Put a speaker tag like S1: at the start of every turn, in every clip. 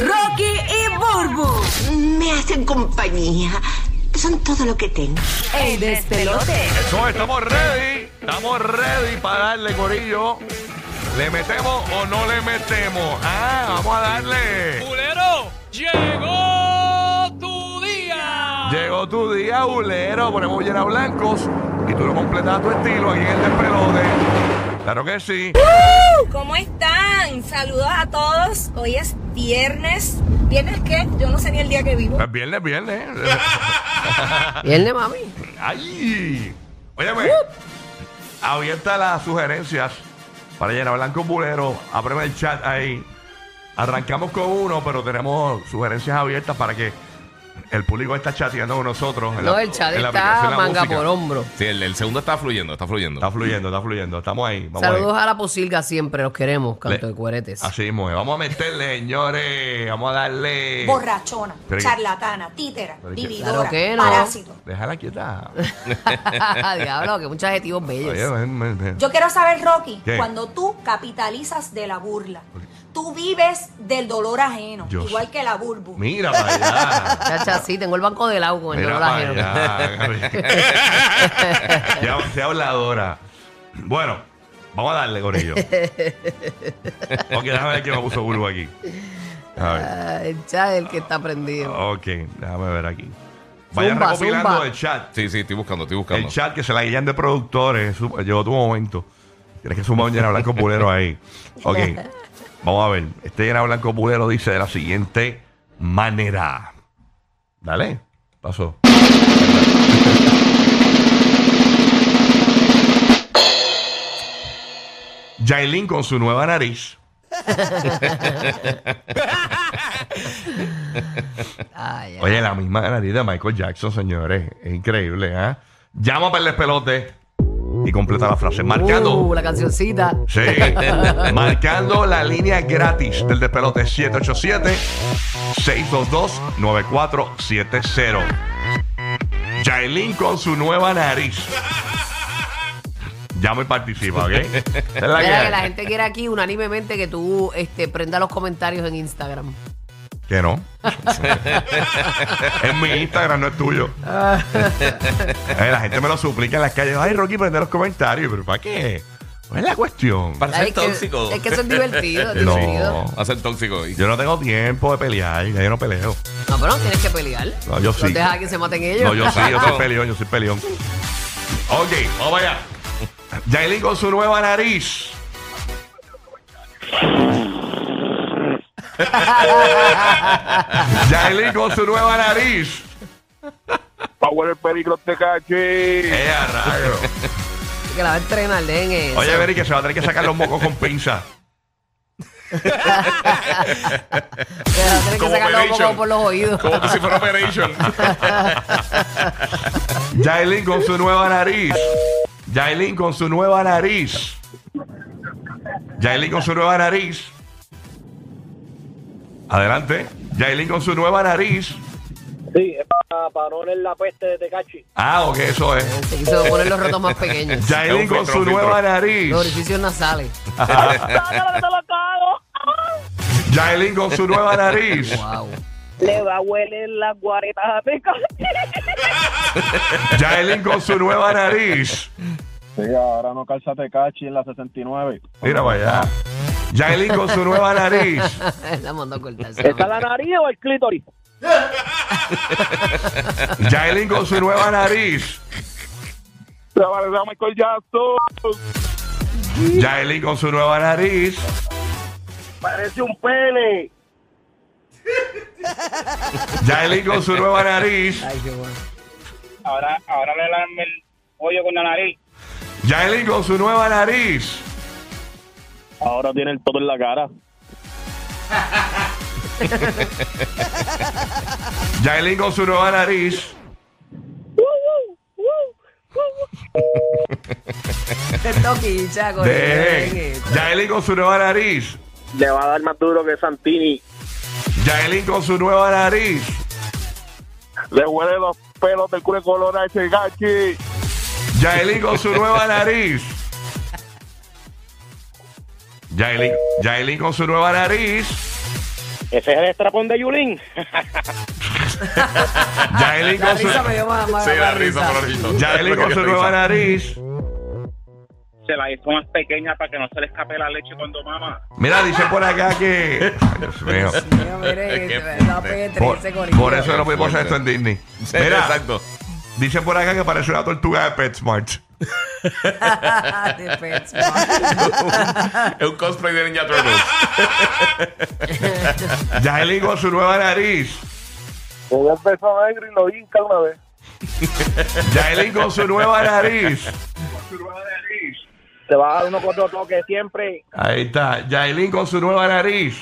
S1: Rocky y Burbu.
S2: Me hacen compañía. Son todo lo que tengo.
S1: El despelote.
S3: Eso, es, estamos ready. Estamos ready para darle, Corillo. ¿Le metemos o no le metemos? Ah, vamos a darle.
S4: ¡Culero! ¡Llegó tu día!
S3: Llegó tu día, bulero. Ponemos llena blancos y tú lo completas a tu estilo aquí en el despelote. Claro que sí.
S5: ¿Cómo están? Saludos a todos. Hoy es viernes. ¿Viernes qué? Yo no sé ni el día que vivo.
S3: Es viernes, viernes.
S6: Viernes, mami.
S3: ¡Ay! Óyeme, abierta las sugerencias para llenar blanco bulero. Ábreme el chat ahí. Arrancamos con uno, pero tenemos sugerencias abiertas para que el público está chateando con nosotros. en
S6: No,
S3: la-
S6: el chat
S3: en la
S6: está
S3: aplicación La
S6: manga
S3: Música.
S6: por hombro.
S7: Sí, el, el segundo está fluyendo, está fluyendo.
S3: Está fluyendo, está fluyendo. Estamos ahí. Vamos
S6: Saludos
S3: ahí.
S6: a la posilga siempre, los queremos, canto
S3: Le- Ah,
S6: de cueretes.
S3: Así mismo es. Vamos a meterle, señores. Vamos a darle.
S5: Borrachona,
S3: Pero-
S5: charlatana, títera,
S3: Pero-
S6: Claro
S5: vividora,
S6: que no.
S5: parásito.
S3: Déjala quieta.
S6: Diablo, que muchos adjetivos bellos.
S3: Oye, ven, ven, ven.
S5: Yo quiero saber, Rocky,
S3: ¿Qué?
S5: cuando tú capitalizas de la burla, tú vives del dolor ajeno,
S3: Yo
S5: igual
S3: sé.
S5: que la burbu.
S3: Mira para allá.
S6: Chacha, sí, tengo el banco de lado con el
S3: Mira
S6: dolor
S3: para
S6: ajeno.
S3: allá, Gaby. Ya- sea habladora. Bueno, vamos a darle con ello. ok, déjame ver quién me puso Bulbo aquí. A ver.
S6: Ah, El chat es el que está prendido.
S3: Ok, déjame ver aquí. Vayan
S6: Zumba,
S3: recopilando
S6: zumba.
S3: el chat.
S7: Sí, sí, estoy buscando, estoy
S3: El
S7: buscando.
S3: chat que se la guillan de productores. Su- Llegó tu momento. Tienes que sumar un llena blanco pulero ahí. Ok, vamos a ver. Este llena blanco pulero dice de la siguiente manera. Dale, pasó. Jailin con su nueva nariz.
S6: Ay, ay.
S3: Oye, la misma nariz de Michael Jackson, señores. Es increíble, ¿ah? Llama para el pelote y completa la frase. Marcando.
S6: Uh, la cancioncita.
S3: Sí, marcando la línea gratis del despelote 787-622-9470. Jailin con su nueva nariz. Llama y participa, ¿ok? Esa es la
S6: Mira
S3: que
S6: que
S3: hay.
S6: la gente quiere aquí unánimemente que tú este, prenda los comentarios en Instagram.
S3: Que no. es mi Instagram, no es tuyo. Eh, la gente me lo suplica en las calles. Ay, Rocky, prende los comentarios. ¿Pero para qué? ¿Cuál es la cuestión?
S7: Para
S6: Ay,
S7: ser
S6: es, que,
S7: tóxico.
S6: es que eso es divertido, es
S3: No.
S6: divertido.
S7: Para ser tóxico. Y-
S3: Yo no tengo tiempo de pelear. Ya yo no peleo.
S6: No, pero no tienes que pelear.
S3: No, yo sí.
S6: dejas que se maten ellos.
S3: No, yo sí, yo soy
S7: Exacto.
S3: peleón, yo soy peleón. Ok, vamos allá. Jailin con su nueva nariz. Jailin con su nueva nariz.
S8: Power el peligro te caché.
S3: ¡Ea, Eh, rayo!
S6: Que la va a entrenar, den eso.
S3: Oye, Beri, que se va a tener que sacar los mocos con pinza.
S6: que la va a tener que
S7: Como
S6: sacar los
S7: Pelation.
S6: mocos por los oídos.
S7: Como que si fuera Operation.
S3: Yailin con su nueva nariz. Yailin con su nueva nariz. Yailin con su nueva nariz. Adelante. Yailin con su nueva nariz.
S8: Sí, es para, para no leer la peste de Tecachi.
S3: Ah, ok, eso es.
S6: Se quiso poner los rotos más pequeños.
S3: Yailin
S7: Es un
S3: con
S7: filtro,
S3: su
S7: un filtro.
S3: nueva
S6: Los
S3: nariz.
S6: orificios nasales.
S3: Yailin con su nueva nariz.
S6: Wow.
S9: Le va a hueler las guaretas a Tecachi.
S3: Yailin con su nueva nariz.
S8: Sí, ahora no calza Tecachi en la 69.
S3: Mira para allá. Yailin con su nueva nariz.
S6: la mandó a cortarse.
S9: ¿Está la nariz o el clítoris?
S3: Yailin con su nueva nariz.
S8: Se va a Michael Jackson.
S3: Yailin con su nueva nariz.
S8: Parece un pene.
S3: Yailin con su nueva nariz.
S6: Ay, qué bueno.
S9: Ahora, ahora le dan el pollo con la nariz.
S3: Yailin con su nueva nariz.
S8: Ahora tiene el todo en la cara.
S3: Yailin con su nueva nariz.
S6: Toquicha, coño.
S3: De
S6: eh.
S3: Yailin con su nueva nariz.
S8: Le va a dar más duro que Santini.
S3: Yailin con su nueva nariz.
S8: Le huele los pelos del culo de color a ese gachi.
S3: Yailin con su nueva nariz. Yailin, Yailin con su nueva nariz.
S9: Ese es el estrapón de Yulín.
S3: Yaeli
S6: La
S3: con su,
S6: risa me dio más, más-
S7: Sí, la
S6: más
S7: risa, por lo
S3: Yaeli con su nueva nariz.
S9: Se la hizo más pequeña para que no se le escape la leche cuando mama.
S3: Mira, dice por acá que. Ay, Dios mío.
S6: Mira, mire, este,
S7: Qué
S6: la
S7: fuerte.
S6: P13
S3: Por,
S6: corillo.
S3: por eso no pudimos hacer esto en Disney.
S7: Sí,
S3: Mira,
S7: exacto.
S3: dice por acá que parece una tortuga de PetSmart.
S6: De Petsmart.
S7: Es un cosplay de Ninja Turtles.
S3: Yaeli con su nueva nariz.
S8: Ella empezó a y lo hinca una vez.
S3: Yaeli con su nueva nariz.
S9: Te va a dar uno con otro toque siempre.
S3: Ahí está. Yaelin con su nueva nariz.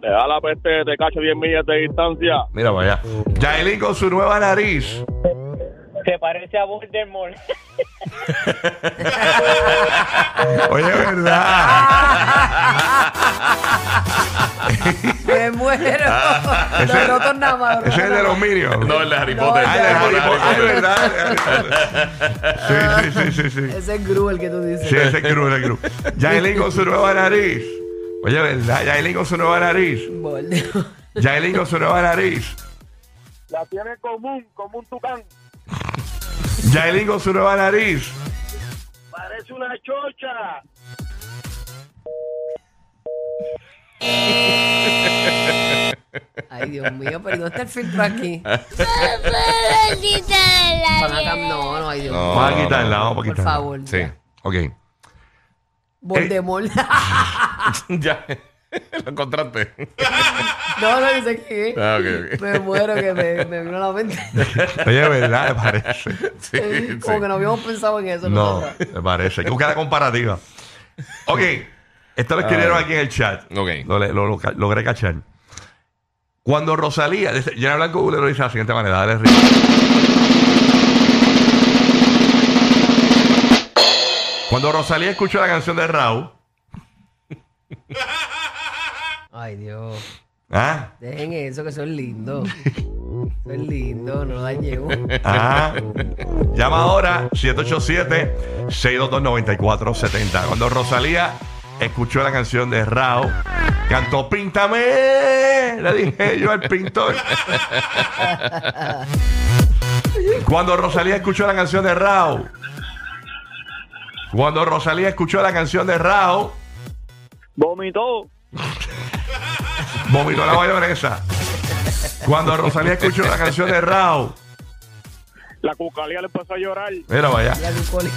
S8: Le da la peste, te cacho 10 millas de distancia.
S3: Mira vaya. Yaelin con su nueva nariz.
S9: Se parece a Voldemort.
S3: Oye, verdad.
S6: Me muero. Los
S3: Ah, Ese-
S6: rotos nada más.
S3: Ese es el de los Minions.
S7: No, el de Harry Potter.
S3: Ah,
S6: Ay,
S3: el de
S7: El
S3: Harry
S7: de
S3: Potter.
S7: Harry
S3: Ay,
S7: Potter.
S3: verdad. Sí, sí, sí, sí, sí.
S6: Ese es Gru el que tú dices.
S3: Sí, ese es Cruz, ese es Cruz. Yaelin con su nueva nariz. Oye, verdad. Yaelin con su nueva nariz.
S6: Borde.
S3: Yaelin con su nueva nariz.
S8: La tiene común, como un tucán.
S3: Yaelin con su nueva nariz.
S8: Parece una chocha.
S6: Ay, Dios mío, pero ¿y ¿dónde está el filtro aquí?
S7: Ah,
S6: Van a cam-
S10: Vamos
S6: No, no, ay, Dios
S7: No,
S6: mío.
S3: Vamos a quitarla, vamos a
S6: Por
S3: quitarla.
S6: favor.
S7: Sí.
S3: Ok.
S6: Voldemort.
S7: Ya. Lo encontraste.
S6: no, no, dice que.
S7: Ah, ok, ok.
S6: Me muero que me, me vino a la mente.
S3: Oye, verdad, me parece.
S7: Sí, sí.
S6: Eh, Como que no habíamos pensado en eso.
S3: No,
S6: nosotros.
S3: me parece. Hay que buscar la comparativa. Ok. Esto lo escribieron
S7: Ah.
S3: aquí en el chat.
S7: Ok.
S3: Lo, le- lo- lo ca- logré cachar. Cuando Rosalía, dice- Jenna Blanco Bulero dice de la siguiente manera, dale risa. Cuando Rosalía escuchó la canción de Raúl,
S6: Ay, Dios.
S3: ¿ah?
S6: Dejen eso, que son lindos. Son lindos, no lo dañemos.
S3: Ajá. Llama ahora 787-622-9470. Cuando Rosalía escuchó la canción de Rao, cantó Píntame. Le dije yo al pintor. Cuando Rosalía escuchó la canción de Rao. Cuando Rosalía escuchó la canción de Rao,
S8: Vomitó.
S3: vomitó la mayonesa. Cuando Rosalía escuchó la canción de Rao,
S8: La cucalía le empezó a llorar.
S3: mira vaya.
S6: La cucolía.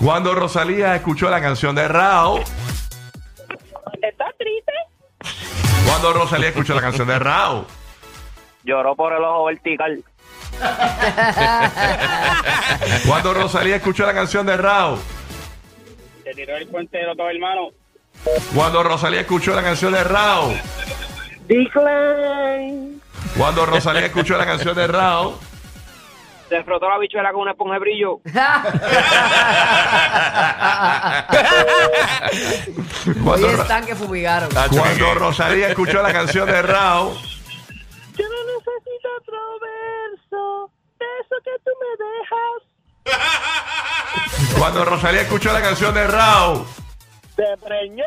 S3: Cuando Rosalía escuchó la canción de Rao.
S9: ¿Estás triste?
S3: Cuando Rosalía escuchó la canción de Rao.
S9: Lloró por el ojo vertical.
S3: Cuando Rosalía escuchó la canción de Rao.
S9: Se tiró el puente de los dos hermanos.
S3: Cuando Rosalía escuchó la canción de Rao. Cuando Rosalía escuchó la canción de Rao.
S9: Se frotó la bichuela con una esponja de brillo.
S6: Hoy
S3: Cuando, Ro-
S6: están que fumigaron.
S3: cuando Rosalía escuchó la canción de Rao.
S8: Yo no necesito otro verso de eso que tú me dejas.
S3: Cuando Rosalía escuchó la canción de Rao.
S8: Te preñó.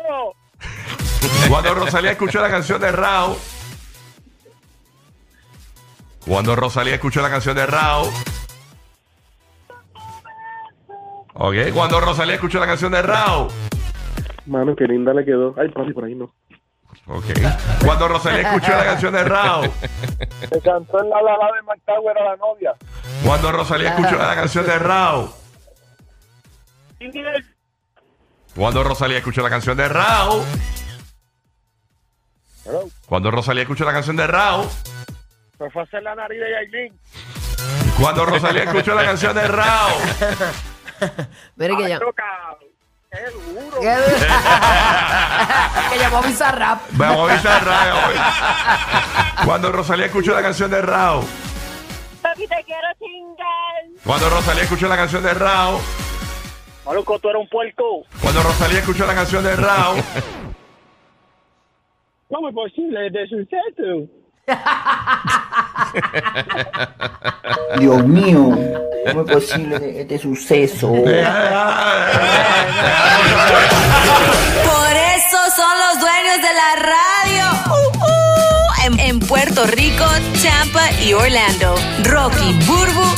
S3: Cuando Rosalía escuchó la canción de Rao. Cuando Rosalía escuchó la canción de Rao. Ok, cuando Rosalía escuchó la canción de Rao.
S8: Mano, qué linda le quedó. Ay, papi, por ahí no.
S3: Ok. Cuando Rosalía escuchó la canción de Rao.
S8: Se cantó en la balada de Mike Tower a la novia.
S3: Cuando Rosalía escuchó la canción de Rao. Cuando Rosalía escuchó la canción de Rao. Cuando Rosalía escuchó la canción de Rao.
S8: Se fue a hacer la nariz de Yailin.
S3: Cuando Rosalía escuchó la canción de Rao.
S6: Miren que ya.
S8: Toca. Es duro.
S6: que que llamó a Bizarrap.
S3: Vamos a avisar Rao. hoy. Cuando Rosalía escuchó la canción de Rao.
S10: Papi, te quiero chingar.
S3: Cuando Rosalía escuchó la canción de Rao.
S9: Maluco, tú eres un puerco.
S3: Cuando Rosalía escuchó la canción de Rao.
S9: ¿Cómo es posible? De suceso.
S1: Dios mío, ¿cómo es posible este suceso?
S3: Deja, deja, deja.
S1: Por eso son Uh,
S5: en Puerto Rico, Tampa y Orlando. Rocky, Burbu